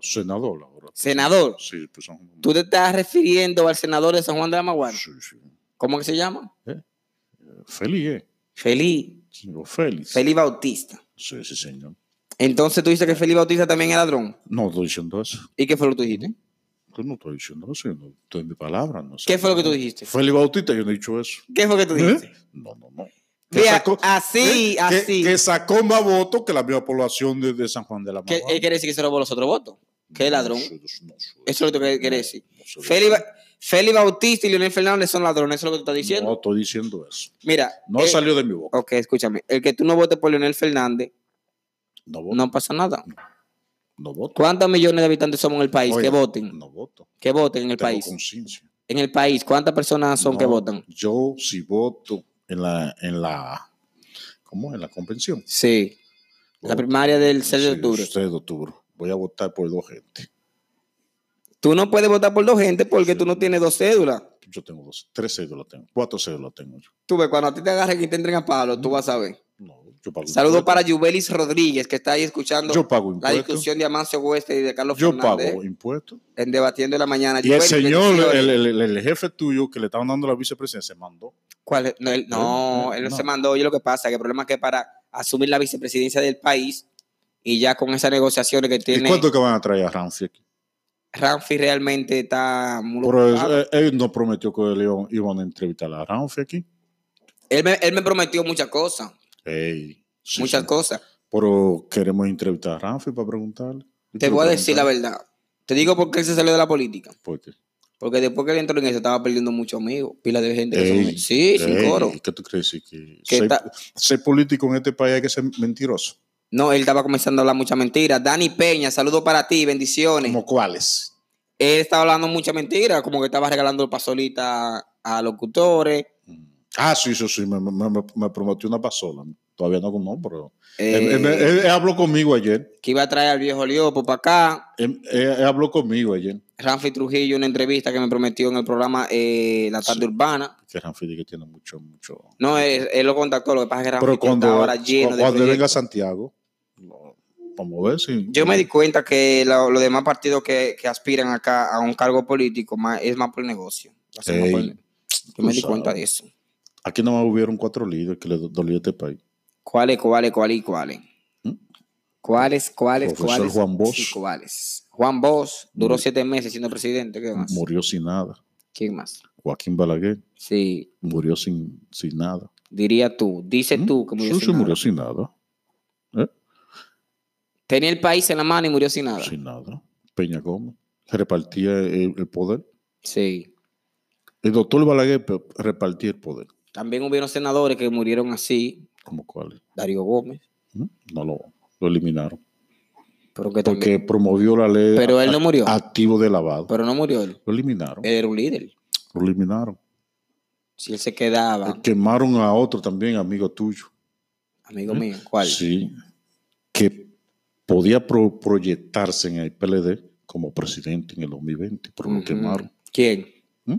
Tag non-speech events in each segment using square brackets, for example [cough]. senador ahora. Senador. Sí, pues son- ¿Tú te estás refiriendo al senador de San Juan de la Maguana? Sí, sí. ¿Cómo que se llama? Félix, ¿eh? Feli, Señor Félix. Feli Bautista. Sí, sí, señor. Entonces tú dices que Feli Bautista también es ladrón. No estoy diciendo eso. ¿Y qué fue lo que tú dijiste? Yo no estoy diciendo eso. Yo no estoy en mi palabra. No sé. ¿Qué fue lo que tú dijiste? Félix Bautista, yo no he dicho eso. ¿Qué fue lo que tú dijiste? ¿Eh? No, no, no. Vea, así, que- así. Que, sacó más votos que la misma población de, de San Juan de la ¿Qué, Maguana. eh, quiere decir que se robó los otros votos? ¿Qué ladrón? No, eso- no, eso- Eso es lo que quiere decir. no se ve. Feli, Ba- Feli Bautista y Leonel Fernández son ladrones, eso es lo que tú estás No diciendo. estoy diciendo eso. Mira, No eh, salió de mi boca. Ok, escúchame. El que tú no votes por Leonel Fernández, No voto. No, no pasa nada. voto. ¿Cuántos millones de habitantes somos en el país que Oiga, voten? No voto. Que voten en el Tengo país. conciencia. En el país, ¿cuántas personas son que No, votan? Yo si voto en la, en la, ¿cómo? En la convención. Sí. La Voto. primaria del 6 de Sí, octubre. 6 de octubre. Voy a votar por dos gente. Tú no puedes votar por dos gente porque Sí. tú no tienes dos cédulas. Yo tengo dos, tres cédulas tengo, cuatro cédulas tengo yo. Tú ves, cuando a ti te agarren y te entren a palo, tú vas a ver. No, yo pago Saludos impuestos. para Jubelis Rodríguez, que está ahí escuchando Yo pago la impuestos. discusión de Amancio Hueste y de Carlos Yo Fernández pago impuestos. en Debatiendo en la Mañana. Y el Jubelis, señor, bendiciones. el, el- el jefe tuyo que le estaban dando la vicepresidencia, se mandó. ¿Cuál es? No, él no, Eh, él no se no. mandó. Oye, lo que pasa, que el problema es que para asumir la vicepresidencia del país y ya con esas negociaciones que ¿Y tiene, cuánto que van a traer a Ramsey aquí? Ramfi realmente está muy Pero ocupado. eh, él nos prometió que le iban, iban a entrevistar a Ramsey aquí. él, me, él me prometió muchas cosas, Ey, sí, muchas sí. cosas. Pero queremos entrevistar a Ramsey para preguntarle. Yo Te quiero voy a decir la preguntarle, verdad. Te digo por qué él se salió de la política. porque- Porque después que él entró en eso, estaba perdiendo muchos amigos, pila de gente. que son Ey, amigos. Sí, sin ey, coro. ¿Qué tú crees? Que, Que ser, ta- ser político en este país hay que ser mentiroso. No, él estaba comenzando a hablar mucha mentira. Dani Peña, saludos para ti, bendiciones. ¿Como cuáles? Él estaba hablando mucha mentira, como que estaba regalando pasolita a locutores. Ah, sí, sí, sí. Me, me- me- me prometió una pasola. Todavía no, no pero. eh, él, él- él- él habló conmigo ayer. que iba a traer al viejo Liopo para acá. Él, él- él habló conmigo ayer. Ramfi Trujillo, una entrevista que me prometió en el programa eh, La Tarde Sí. Urbana. Que Ramfili que tiene mucho, mucho. No, él, él lo contactó, lo que pasa es que Ramfi pero está cuando, ahora lleno de cuando él venga a proyectos. Santiago, lo- vamos a ver si. Yo me di cuenta que lo- los demás partidos que, que aspiran acá a un cargo político más, es más por negocio. Lo hacen más por- Ey, yo me tú di cuenta sabes. de eso. Aquí nomás hubieron cuatro líderes que le do- dolió a este país. ¿Cuáles, cuáles, cuáles y cuáles? ¿Mm? ¿Cuáles, cuáles, Profesor cuáles? Juan Bosch. y cuáles? Juan Bosch duró Murió. siete meses siendo presidente. ¿Qué más? Murió sin nada. ¿Quién más? Joaquín Balaguer Sí, murió sin, sin nada. diría tú. Dice ¿Mm? tú que Sí, murió sin sí, nada. murió sin nada. Tenía el país en la mano y murió sin nada. Sí. Sin nada. Peña Gómez repartía el- el poder. El doctor Balaguer pe- repartía el poder. También hubieron senadores que murieron así. ¿Como cuáles? Darío Gómez. ¿Mm? No lo, lo eliminaron. Pero, que también- Porque promovió la ley pero él no a- murió. activo de lavado. Pero no murió él. lo eliminaron. Él era un líder. Lo eliminaron. Eh, Si él se quedaba, Quemaron a otro también, amigo tuyo. amigo mío, ¿cuál? ¿Mm? Sí. Que podía pro- proyectarse en el PLD como presidente en el 2020, pero lo Ujú. quemaron. ¿Quién? ¿Mm?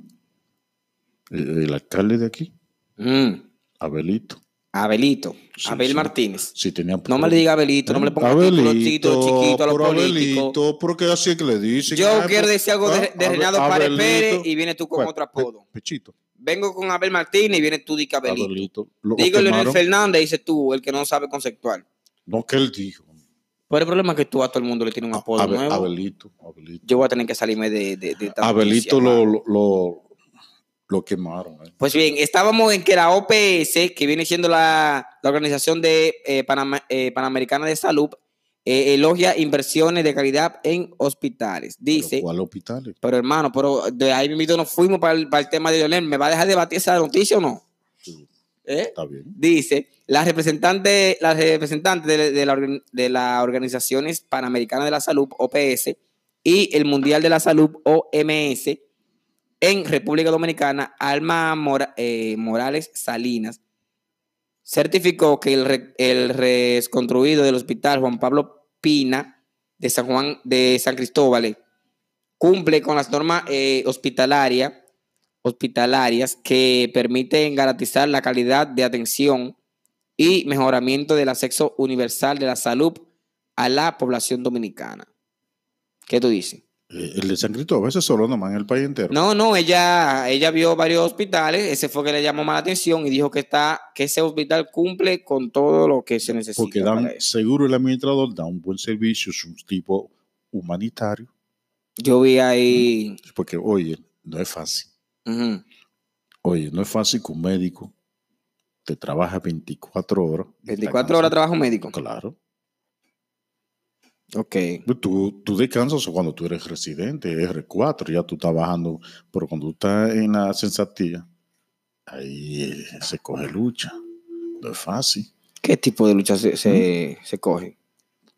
El, el alcalde de aquí, Mm, Abelito. Abelito. Sí, Abel sí. Martínez. Si tenía No me le diga Abelito, no me le ponga títulos títulos chiquitos a los pero políticos. Abelito, porque así es que le dicen. Yo Ay, quiero pero- decir algo de, Ah, de Abe- Renato Párez Abelito. Pérez y viene tú con Pues, otro Pe- apodo. Pechito. Vengo con Abel Martínez y vienes tú di que Abelito. Abelito. Lo Digo Leonel quemaron. Fernández, dice tú, el que no sabe conceptual. No, que él dijo. Pero el problema es que tú a todo el mundo le tienes un apodo Abe- nuevo. Abelito. Abelito, Yo voy a tener que salirme de, de, de esta noticia, Abelito mano. lo, lo, lo, lo quemaron. eh. Pues bien, estábamos en que la OPS, que viene siendo la, la Organización de eh, Panama- eh, Panamericana de Salud, eh, elogia inversiones de calidad en hospitales. Dice, Pero fue al hospital. eh. pero hermano, pero de ahí mismo nos fuimos para el, para el tema de Lionel. ¿Me va a dejar debatir esa noticia o no? Sí, ¿Eh? Está bien. Dice, la representante, la representante de, de la, organ- de la Organizaciones Panamericanas de la Salud, OPS, y el Mundial de la Salud, OMS, en República Dominicana, Alma Mora- eh, Morales Salinas, certificó que el, re- el reconstruido del Hospital Juan Pablo Pina de San Juan de San Cristóbal cumple con las normas eh, hospitalarias hospitalarias que permiten garantizar la calidad de atención y mejoramiento del acceso universal de la salud a la población dominicana. ¿Qué tú dices? Eh, El de San Cristóbal, ese solo nomás en el país entero. No, no, ella, ella vio varios hospitales, ese fue que le llamó más la atención y dijo que está, que ese hospital cumple con todo lo que se necesita. porque dan para eso. seguro el administrador da un buen servicio, es un tipo humanitario. Yo vi ahí. Porque, oye, no es fácil. ujú, Oye, no es fácil que un médico te trabaja 24 horas. y está 24 cansado. horas trabajo médico. Claro. Ok. Tú, tú descansas cuando tú eres residente, R4, ya tú estás bajando, pero cuando tú estás en la sensatilla, ahí eh, se coge lucha. No es fácil. ¿Qué tipo de lucha se, se, ¿Mm? se coge?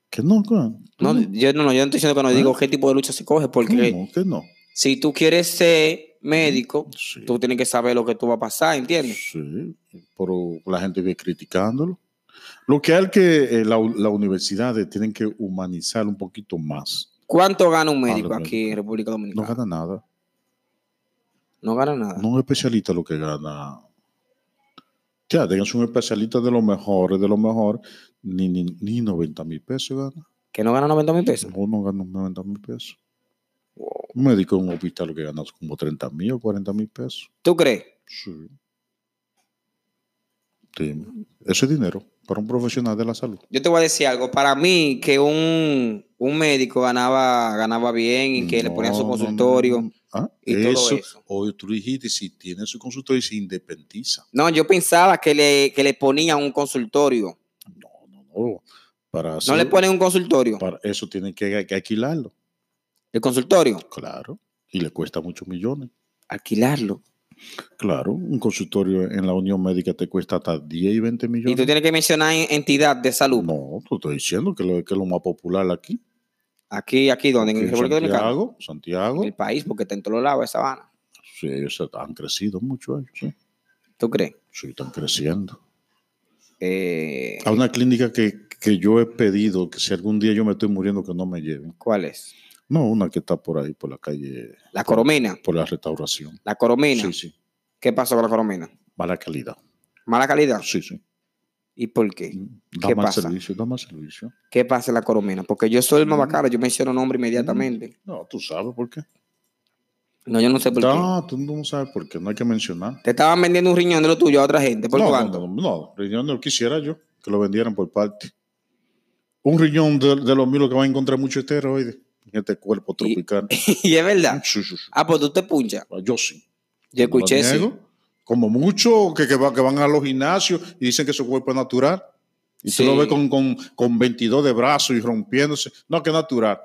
Que no, co- No, ¿cómo? yo no, no, yo no estoy diciendo que no ¿Mm? Ah. digo qué tipo de lucha se coge, porque ¿Cómo que no? si tú quieres ser médico, Sí. tú tienes que saber lo que tú vas a pasar, ¿entiendes? Sí, pero la gente vive criticándolo. Lo que hay que eh, la, u- las universidades tienen que humanizar un poquito más. ¿Cuánto gana un médico Vale, aquí en República Ah, No Dominicana? gana nada. No gana nada. No es especialista lo que gana. Ya, tengas un especialista de lo mejor, de lo mejor, ni, ni, ni 90 mil pesos gana. ¿Que no gana 90 mil pesos? No, no gana 90 mil pesos. Wow. Un médico en un hospital lo que gana es como 30 mil o 40 mil pesos. ¿Tú crees? Sí. Sí. Ese es dinero para un profesional de la salud. Yo te voy a decir algo. Para mí, que un, un médico ganaba, ganaba bien y que le ponían su No, no, no, consultorio. no. Ah, y todo eso, eso. Oye, tú dijiste, si tiene su consultorio y se independiza. No, yo pensaba que le, que le ponían un consultorio. No, no, no. Para ¿No le hacer- ponen un consultorio? para eso tienen que, que alquilarlo. ¿El consultorio? Claro. Y le cuesta muchos millones. Alquilarlo. Claro, un consultorio en la Unión Médica te cuesta hasta 10 y 20 Y tú millones. tienes que mencionar en- entidad de salud. No, te estoy diciendo que, lo, que es lo más popular aquí. Aquí, aquí, donde en que en República Dominicana. Santiago, Santiago, En el país, porque está en todos lados esa vaina. sí, ellos han crecido mucho ellos, sí. ¿Tú crees? Sí, están creciendo. Eh, A una clínica que, que yo he pedido que si algún día yo me estoy muriendo que no me lleven. ¿Cuál es? No, una que está por ahí, por la calle, La coromina. por la restauración. La coromina. Sí, sí. ¿Qué pasó con la coromina? Mala calidad. Mala calidad. Sí, sí. ¿Y por qué? Da ¿Qué mal pasa? servicio, da mal servicio. ¿Qué pasa en la coromina? Porque yo soy el más Mm. bacano, yo menciono nombre inmediatamente. No, tú sabes por qué. No, yo no sé por qué. Mm. No, tú no sabes por qué. No hay que mencionar. Te estaban vendiendo un riñón de lo tuyo a otra gente. ¿Por no, cuánto? no, no, no. Riñón no quisiera yo que lo vendieran por parte. Un riñón de, de los míos que va a encontrar mucho esteroide en este cuerpo [laughs] tropical. [laughs] y es verdad. Sí, sí, sí. Ah, pues tú te punchas. Yo sí. Yo No lo escuché sí. niego. Como muchos que, que, va- que van a los gimnasios y dicen que su cuerpo es natural. Y Sí. tú lo ves con, con, con 22 de brazos y rompiéndose. No, que es natural.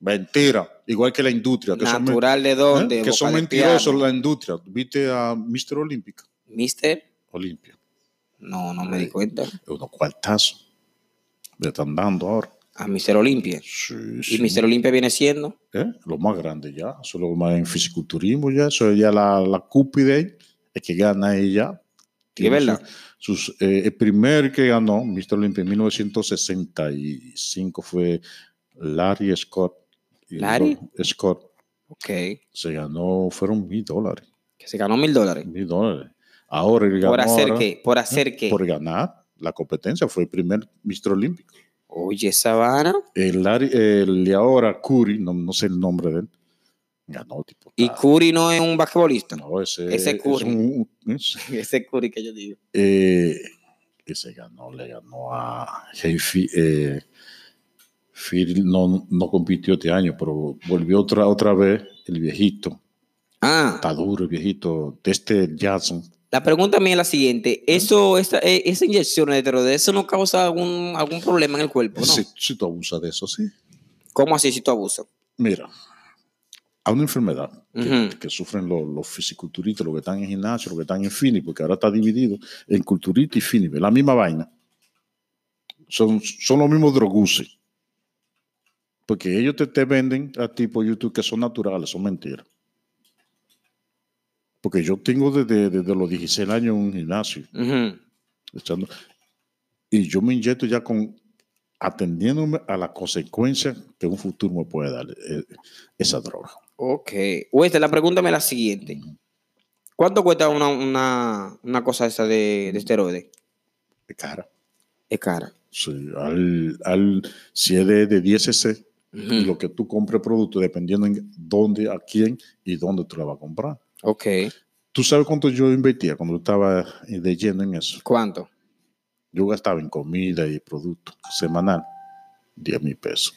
Mentira. Igual que la industria. Que son men- Natural de ¿eh? dónde. que son boca de mentirosos piano. la industria. Viste a Mister Olímpica. Mister. Olimpia. No, no me di cuenta. Es unos cuartazos. Le están dando ahora. A Mister Olimpia. Sí, Y sí. Mister Olimpia viene siendo. ¿Eh? Lo más grande ya. Eso es lo más en fisiculturismo ya. Eso es ya la, la cúpide. ahí. Es que gana ella. Y es Tiene su- verdad. Sus, eh, el primer que ganó Mr. Olympia en 1965 fue Larry Scott. Y el ¿Larry? do- Scott Ok. Que se ganó, fueron mil dólares. se ganó mil dólares. Mil dólares. Ahora él ganó. ¿Por hacer ahora, ¿Eh? qué? ¿Por hacer qué? Por ganar la competencia. Fue el primer Mr. Olímpico. Oye, esa vaina. El, Larry, el y ahora Curry, no, no sé el nombre de él, ganó. Tipo, Y tal. Curry Ah. no [laughs] es un basquetbolista. No, ese, ese es Curry. un- es- Ese Curry que yo digo. eh, que se ganó, le ganó a Hey Fi- eh, Phil no, no compitió este año, pero volvió otra, otra vez el viejito, Ah. está duro el viejito, de este Jackson. La pregunta mía es la siguiente. Eso, esa, eh, esa inyección de esteroides, ¿eso no causa algún, algún problema en el cuerpo? ¿no? Si, si tú abusas de eso, sí. ¿Cómo así si tú abusas? Mira, a una enfermedad que, Ujú. que sufren los, los fisiculturistas, los que están en gimnasio, los que están en fini, porque ahora está dividido en culturista y fini, la misma vaina. Son, son los mismos droguses. Porque ellos te, te venden a ti por YouTube que son naturales, son mentiras. Porque yo tengo desde, desde los 16 años un gimnasio, Ujú. echando- y yo me inyecto ya con atendiéndome a las consecuencias que un futuro me puede dar eh, esa droga. Ok. Oeste, la pregunta mía es la siguiente. ¿Cuánto cuesta una, una, una cosa esa de, de esteroides? De cara. Es cara. Sí, al, al, si es de, de 10 cc, Ujú. y lo que tú compres producto dependiendo en dónde, a quién y dónde tú la vas a comprar. Ok. ¿Tú sabes cuánto yo invertía cuando estaba eh, de lleno en eso? ¿Cuánto? Yo gastaba en comida y producto semanal 10 mil pesos.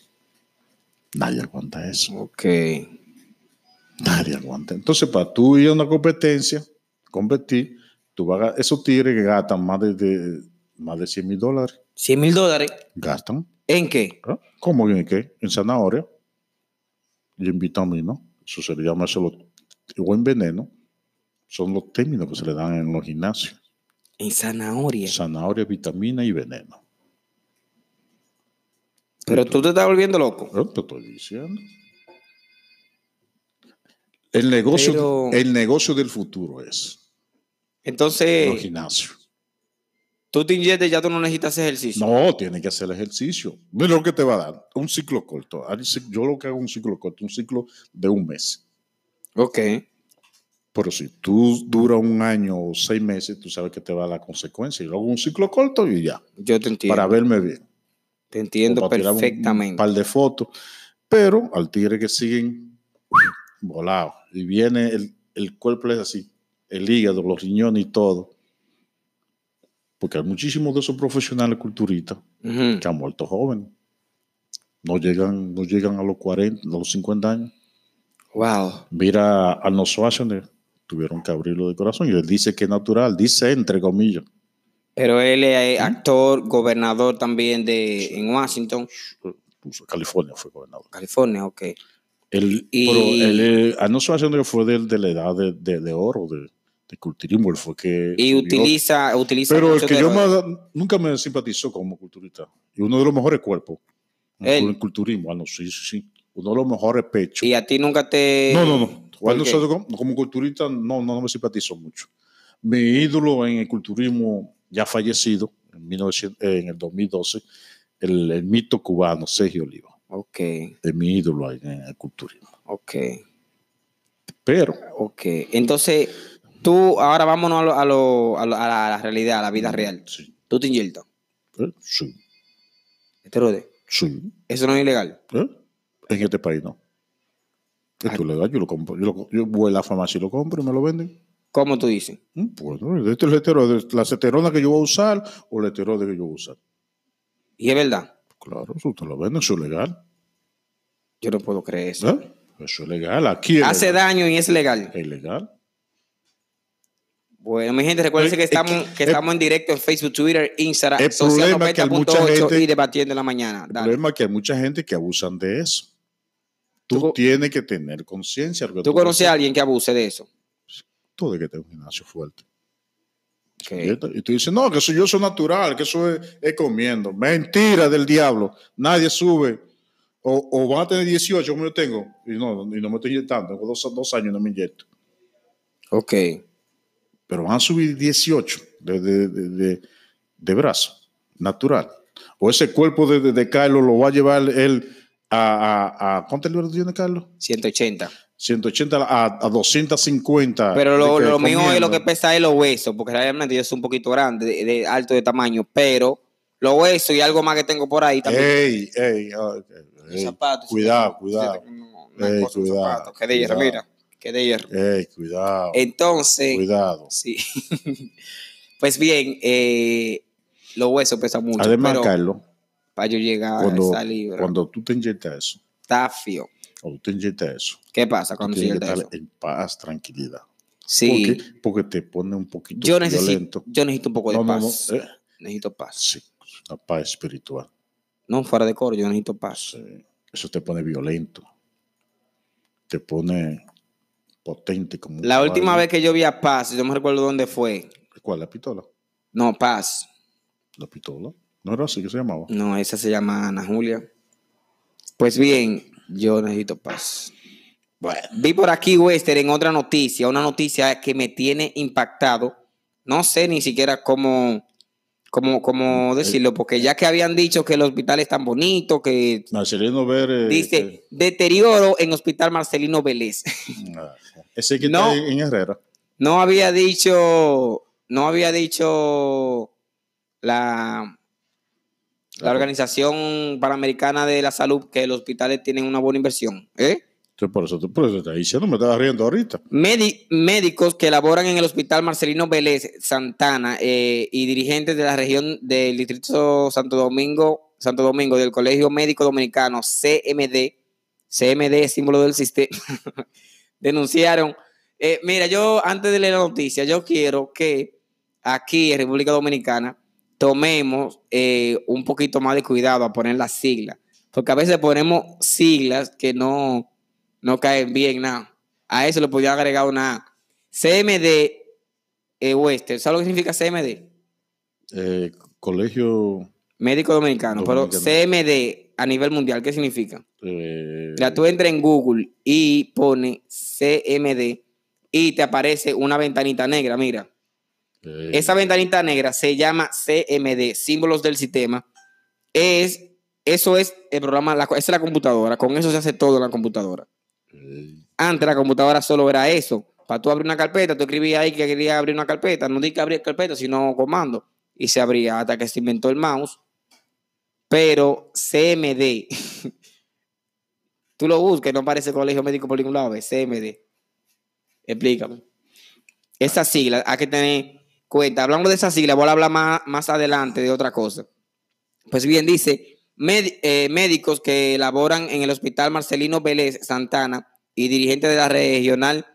Nadie aguanta eso. Ok. Nadie aguanta. Entonces, para tú ir a una competencia, competir, tú vas a, ga- esos tigres que gastan más de, de- más de 100 mil dólares, 100 mil dólares. gastan. ¿En qué? ¿ah? ¿Cómo en qué? En zanahoria. Y en vitamina. Eso se le llama eso lo- o en veneno. Son los términos que se le dan en los gimnasios. En zanahoria. Zanahoria, vitamina y veneno. Pero tú te estás volviendo loco. Yo te estoy diciendo. El negocio, Pero- el negocio del futuro es los Entonces, gimnasios. tú te inyectas y ya tú no necesitas ese ejercicio. No, tiene que hacer ejercicio. Mira lo que te va a dar. Un ciclo corto. Hay cic- Yo lo que hago es un ciclo corto, un ciclo de un mes. Ok. Pero si tú dura un año o seis meses, tú sabes que te va a dar la consecuencia. Y luego un ciclo corto y ya, Yo te entiendo. para verme bien. te entiendo O para tirar un- Un perfectamente. par de fotos. Pero al tigre que siguen volado. Y viene el, el cuerpo es así. El hígado, los riñones y todo. Porque hay muchísimos de esos profesionales culturistas Ujú. que han muerto jóvenes. No llegan, no llegan a los 40, a los 50 años. Wow. Mira a Arnold Schwarzenegger, tuvieron que abrirlo de corazón. Y él dice que es natural, dice entre comillas. Pero él es eh, actor, gobernador también de en Washington, Puso, California fue gobernador. California, ok. Él, Y- pero él, eh, Arnold Schwarzenegger fue de, de la edad de, de- de oro, de, de culturismo. Él fue que. Y subió. utiliza, utiliza Pero el mucho que yo esteroide. más- nunca me simpatizó como culturista. Y uno de los mejores cuerpos. Él. En culturismo, Arnold, sí, sí, sí. Uno de los mejores pechos. Y a ti nunca te. No, no, no. Eh, ¿Por Arnold qué? Schwarzenegger como, como culturista no, no, no me simpatizó mucho. Mi ídolo en el culturismo ya fallecido en, 1900 eh, en el 2012, el, el mito cubano Sergio Oliva, Ok, es mi ídolo ahí en el culturismo. ok, Pero ok. Entonces, tú, ahora vámonos a, lo- a, lo- a lo- a la, a la realidad, a la vida real. sí, Tú te inyectas eh, sí, esteroide. sí, Eso no es ilegal. eh, en este país no. Esto es legal, yo lo compro, yo, lo co- yo voy a la farmacia y lo compro y me lo venden. ¿Cómo tú dices? Mm, Bueno, este es el heteroide, la ceterona que yo voy a usar o el heteroide que yo voy a usar. Y es verdad. Claro, eso te lo venden, eso es legal. Yo no puedo creer eso. ¿Eh? Eso es legal. Aquí es Hace legal. daño y es legal. Es legal. Bueno, mi gente, recuerden que Eh, estamos, que eh, estamos en directo en Facebook, Twitter, Instagram, el problema es que hay mucha 90.8 gente- y debatiendo en la mañana. El Dale. problema es que hay mucha gente que abusan de eso. Tú, Tú- tienes que tener conciencia. de lo que ¿Tú conoces haces. a alguien que abuse de eso? Tú de que tener un gimnasio fuerte. Ok. Y tú dices, no, que eso yo soy natural, que eso es, es comiendo. Mentira del diablo. Nadie sube. O, o van a tener 18, como yo tengo. Y no, y no me estoy inyectando. Tengo dos, dos años y no me inyecto. Ok. pero van a subir 18 de, de, de- de- de brazo, natural. O ese cuerpo de, de- de Carlos lo va a llevar él a, a, a- ¿cuántas libras tiene Carlos? 180. 180 a, a 250. Pero lo, de Ah, que lo mío es lo comiendo. que pesa es los huesos, porque realmente yo soy un poquito grande, de, de alto de tamaño, pero los huesos y algo más que tengo por ahí también. Ey, ey, ah, Los ey, zapatos, Eh, cuidado, sí, cuidado, una Ey, cosa, un cuidado, zapato, que de hierro, cuidado. mira, que de hierro. ey, cuidado, Entonces, cuidado. sí. [laughs] pues bien, eh, los huesos pesan mucho. Además, pero Carlos, para yo llegar cuando, a esa libra, cuando tú te inyectas eso, Tafio, o tú te inyectas eso, ¿qué pasa tú Ah, cuando se tienes que inyecta estar eso? en paz, tranquilidad. Sí, ¿Por qué? Porque te pone un poquito yo necesito, violento. yo necesito un poco de No, no, no, paz. eh. Necesito paz. Sí, es una paz espiritual. No fuera de coro, yo necesito paz. Sí. Eso te pone violento. Te pone potente como un La caballo. última vez que yo vi a Paz, yo no me recuerdo dónde fue. ¿Cuál? ¿La pistola? No, Paz. ¿La pistola? ¿No era así que se llamaba? No, esa se llama Ana Julia. Pues bien, yo necesito paz. Bueno. Vi por aquí, Wester, en otra noticia, una noticia que me tiene impactado. No sé ni siquiera cómo, cómo, cómo decirlo, porque ya que habían dicho que el hospital es tan bonito, que Marcelino ver... eh, dice deterioro en Hospital Marcelino Vélez. [laughs] que- Ah, ese que No. está en en Herrera. No había dicho, no había dicho la, La Organización Panamericana de la Salud, que los hospitales tienen una buena inversión. ¿eh? Entonces, por eso, te- por eso te estoy diciendo, me estás riendo ahorita. Medi- médicos que laboran en el Hospital Marcelino Vélez Santana eh, y dirigentes de la región del Distrito Santo Domingo, Santo Domingo del Colegio Médico Dominicano, CMD, CMD, símbolo del sistema, [laughs] denunciaron. eh, mira, yo antes de leer la noticia, yo quiero que aquí en República Dominicana tomemos eh, un poquito más de cuidado a poner las siglas, porque a veces ponemos siglas que no, no caen bien nada. A eso le podía agregar una A. CMD eh, Western. ¿Sabes lo que significa CMD? Eh, colegio. Médico dominicano. Pero Dominicano. CMD a nivel mundial, ¿qué significa? eh, Mira, tú entras en Google y pone CMD y te aparece una ventanita negra. Mira, eh, esa ventanita negra se llama CMD, símbolos del sistema. Es, eso es el programa, la- esa es la computadora. Con eso se hace todo en la computadora. eh, Antes la computadora solo era eso. Para tú abrir una carpeta, tú escribías ahí que quería abrir una carpeta. No di que abrir carpeta, sino comando. Y se abría hasta que se inventó el mouse. Pero CMD. [laughs] tú lo buscas, no aparece Colegio Médico por ningún lado. ve, CMD. Explícame. Esa sigla, hay que tener cuenta. Hablando de esa sigla, voy a hablar más, más adelante de otra cosa. Pues bien, dice, "Med- eh, médicos que laboran en el Hospital Marcelino Vélez Santana y dirigente de la regional,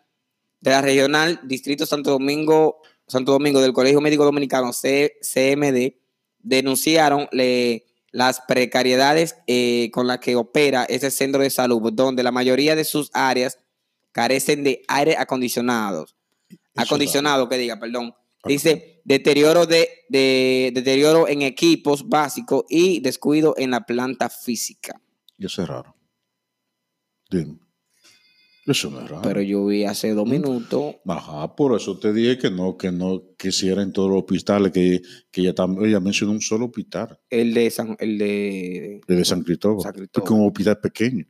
de la regional Distrito Santo Domingo, Santo Domingo del Colegio Médico Dominicano, C- CMD, denunciaron le- las precariedades eh, con las que opera ese centro de salud, donde la mayoría de sus áreas carecen de aire acondicionado da. acondicionado, que diga, perdón. Ac- Dice deterioro de, de- deterioro en equipos básicos y descuido en la planta física. y Ah, eso es raro. Dime. Eso no es raro. Pero yo vi hace dos minutos. Ajá, por eso te dije que no, que no, que si era en todos los hospitales, que, que ya tam- ella mencionó un solo hospital, El de San, el de el de San Cristóbal, San Cristóbal. porque es un hospital pequeño.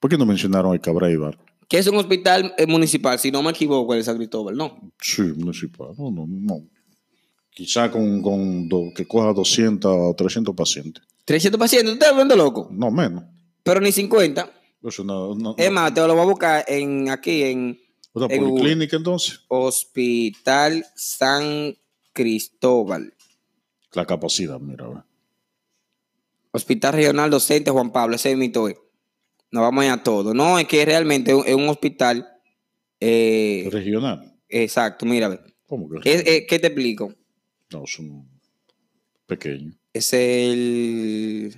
¿Por qué no mencionaron el Cabra Ibar? que es un hospital eh, municipal, si no me equivoco, el de San Cristóbal, no. Sí, municipal, no, no, no. Quizá con, con do- que coja 200 o 300 pacientes, 300 pacientes, tú estás hablando loco. no menos. Pero ni 50. Eso no, no- Es más, te lo voy a buscar en, aquí en Otra en Google. policlínica entonces. Hospital San Cristóbal. La capacidad, mira, ve. Hospital Regional Docente Juan Pablo, ese es mi toy. Nos vamos a ir a todo. No, es que realmente es un- es un hospital. eh, regional. exacto, mira, ve. ¿Cómo que? Es- es- ¿Qué te explico? No, son pequeños. Es el.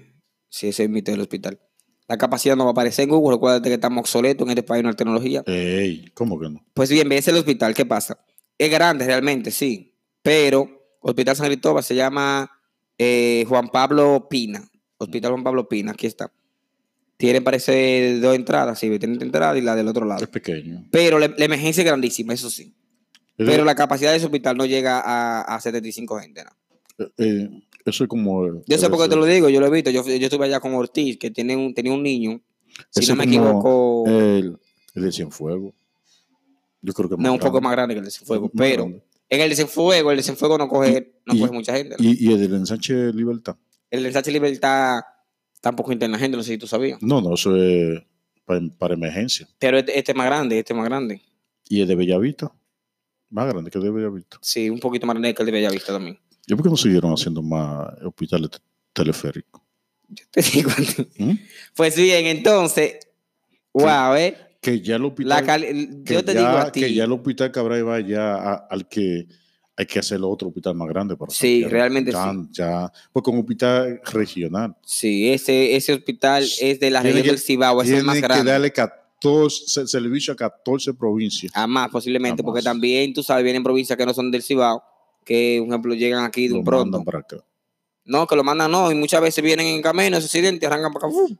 Sí, ese es el mito del hospital. La capacidad no va a aparecer en Google. Recuérdate que estamos obsoletos en este país, no hay tecnología. Ey, ¿cómo que no? Pues bien, ve, ese es el hospital. ¿Qué pasa? Es grande realmente, sí. Pero Hospital San Cristóbal se llama eh, Juan Pablo Pina. Hospital Juan Pablo Pina, aquí está. Tiene, parece, dos entradas, sí, tiene esta entrada y la del otro lado. Es pequeño. Pero la, la emergencia es grandísima, eso sí. Es de- Pero la capacidad de ese hospital no llega a, a 75 gente. ¿no? eh, eh, eso es como. el- Yo sé el- por qué te lo digo, yo lo he visto. Yo, fui- yo estuve allá con Ortiz, que tiene un, tenía un niño. Si Ese no me es como equivoco, El, el de Cienfuegos. Yo creo que es no, un poco grande. más grande que el desenfuego. Más Pero grande. en el desenfuego, el desenfuego no coge, no y- coge mucha gente. ¿no? ¿Y, y el del ensanche Libertad. El ensanche Libertad tampoco interna gente, no sé si tú sabías. No, no, eso es para, para emergencia. Pero este, este es más grande, este es más grande. Y el de Bellavista. Más grande que el de Bellavista. Sí, un poquito más grande que el de [laughs] Bellavista también. ¿Yo por qué no siguieron haciendo más hospitales te- teleféricos? Te digo a ti. ¿Mm? Pues bien, entonces, wow, eh. Que ya el La hospital. cali- que yo te ya- digo a Que ti. ya el hospital Cabral va ya a- al que hay que hacer otro hospital más grande para Sí, Santiago. realmente ya, sí. ya, porque un hospital regional Sí, ese, ese hospital es de la Tiene región que- del Cibao, es el tiene más que grande. darle 14 se- servicio a 14 provincias. A más, posiblemente, A porque más. también, tú sabes, vienen provincias que no son del Cibao, que, por ejemplo, llegan aquí de Lo un pronto. mandan para acá. No, que lo mandan, no, y muchas veces vienen en camino, se accidente, arrancan para acá. ¡fum!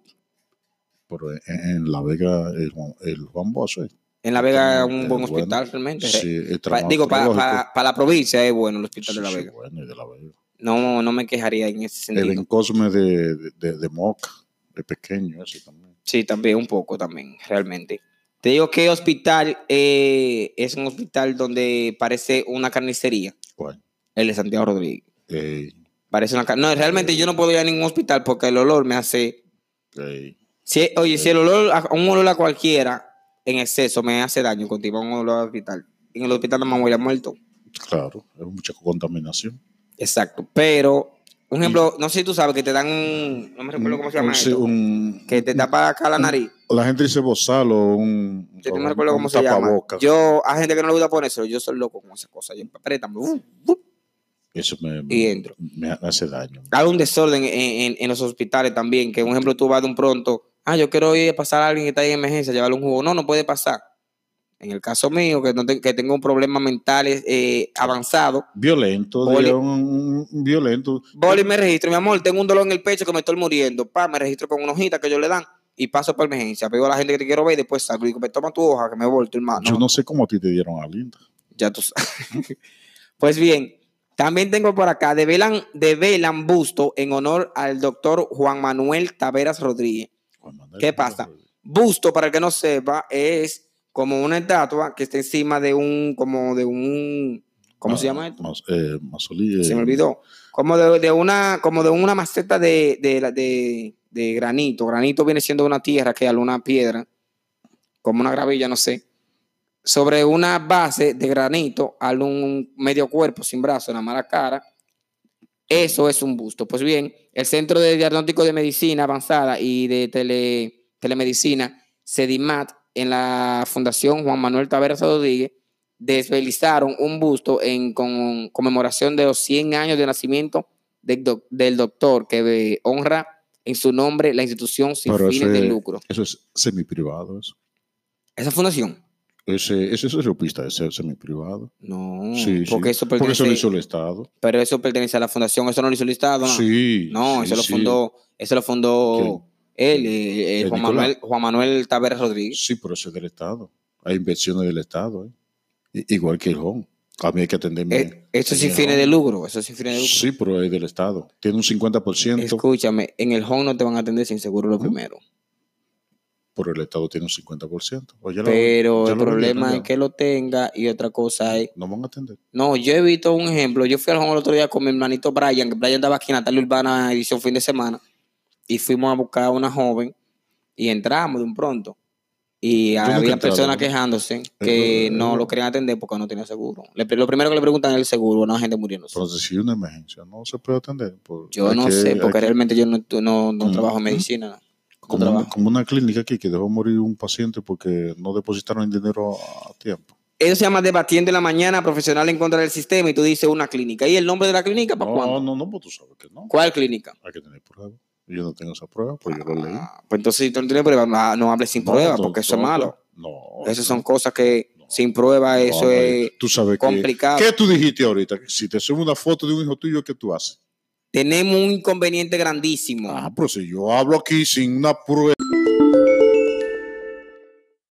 Pero en, en La Vega, el Juan, el Juan Bosch, eh, En La Vega es Bueno, un buen bueno, hospital, realmente. sí, es Pa- traumatológico. digo, para la provincia es bueno el hospital Sí, de La sí, Vega. bueno, y de La Vega. No, no me quejaría en ese El sentido. encosme de, de, de- de Moca, es pequeño ese también. Sí, también un poco, también, realmente. Te digo que hospital eh, es un hospital donde parece una carnicería, ¿Cuál? el de Santiago Rodríguez. Eh, Parece una ca- No, realmente yo no puedo ir a ningún hospital porque el olor me hace. Ey, Si, oye, Eh. si el olor, a- un olor a cualquiera en exceso me hace daño, contigo un olor al hospital. En el hospital no me voy a muerto. claro, es mucha contaminación. Exacto. Pero, un ejemplo, no sé si tú sabes que te dan un. No me recuerdo cómo se Mm, llama. Un- sí, esto, un- que te tapa acá la nariz. la gente dice bozal o un. Yo no o me recuerdo un cómo se llama. tapabocas. Yo, a gente que no le gusta ponérselo, yo soy loco con esa cosa. Yo apriétame uh, uf, uf, Eso me, y entro. me hace daño. Hay un desorden en, en- en los hospitales también, que un ejemplo tú vas de un pronto, ah, yo quiero ir a pasar a alguien que está ahí en emergencia, llevarle un jugo. No, no puede pasar. En el caso mío, que, no te- que tengo un problema mental eh, avanzado, Violento, Boli- diga, un- un violento. voy y me registro, mi amor, tengo un dolor en el pecho que me estoy muriendo. Pa, me registro con una hojita que ellos le dan y paso para emergencia. Pego a la gente que te quiero ver y después salgo y digo, "Pues, toma tu hoja que me he vuelto, hermano. Yo no sé cómo a ti te dieron a Linda. Ya tú sabes. [laughs] pues bien, también tengo por acá, develan, develan busto en honor al doctor Juan Manuel Taveras Rodríguez. Juan Manuel. ¿Qué pasa? Busto, para el que no sepa, es como una estatua que está encima de un, como de un, ¿cómo Ma- se llama esto? mas- eh, Masolí, Se me eh, olvidó. Como de, de una, como de una maceta de, de, la- de- de granito. Granito viene siendo una tierra que al una piedra, como una gravilla, no sé. Sobre una base de granito, al un medio cuerpo sin brazo, una mala cara. Eso es un busto. Pues bien, el Centro de Diagnóstico de Medicina Avanzada y de Tele- Telemedicina, CEDIMAT, en la Fundación Juan Manuel Taveras Rodríguez, desvelizaron un busto en con- conmemoración de los 100 años de nacimiento del, doc- del doctor que eh, honra en su nombre la institución sin Pero fines ese- de lucro. Eso es semi-privado, eso. ¿Esa fundación? Ese, ese, ese es el pista, ese es semi-privado. No, Sí, sí. Mm, porque, Eso Porque pertenece, eso lo hizo el Estado. pero eso pertenece a la fundación, eso no lo hizo el Estado. ¿no? Sí. No, sí, eso lo sí. fundó, eso lo fundó él, eh, eh, Eh, Juan, Nicolás. Manuel, Juan Manuel Taveras Rodríguez. Sí, pero eso es del Estado. Hay inversiones del Estado. ¿eh? I- Igual que el HON. A mí hay que atender mi- Eh, eso es sin mi fines home. de lucro, eso es sin fines de lucro. Sí, pero es del Estado. Tiene un 50%, Escúchame, en el home no te van a atender sin seguro lo Ujú. primero. pero el Estado tiene un 50%. Oye, lo- Pero ya el lo vendieron problema ya. es que lo tenga y otra cosa es... No van a atender. No, yo he visto un ejemplo. Yo fui al home el otro día con mi hermanito Brian, que Brian estaba aquí en la tarde urbana edición fin de semana, y fuimos a buscar a una joven y entramos de un pronto. Y nunca he había entrado, personas ¿no? quejándose que eh, no lo eh. querían atender porque no tenía seguro. Le- lo primero que le preguntan es el seguro, una gente muriéndose. Entonces, si hay una emergencia, no se puede atender. por- Yo hay no que- sé, hay porque que- realmente yo no, no- no Mm, trabajo mm. en medicina. no como, una, trabajo. como una clínica aquí que dejó morir un paciente porque no depositaron el dinero a tiempo. Eso se llama debatiendo en la mañana, profesional en contra del sistema, y tú dices una clínica. ¿Y el nombre de la clínica para No, cuándo? no, no, pues tú sabes que no. ¿Cuál clínica? Hay que tener pruebas. Yo no tengo esa prueba, pues yo lo leí. Ah, pues entonces si tú no tienes pruebas, no, no hables sin No, pruebas, no, porque eso no, es malo. No. Esas son cosas que No. sin prueba, eso No, es Tú sabes que. complicado. ¿Qué tú dijiste ahorita? Que Si te subo una foto de un hijo tuyo, ¿qué tú haces? Tenemos un inconveniente grandísimo. Ah, pero si yo hablo aquí sin una prueba.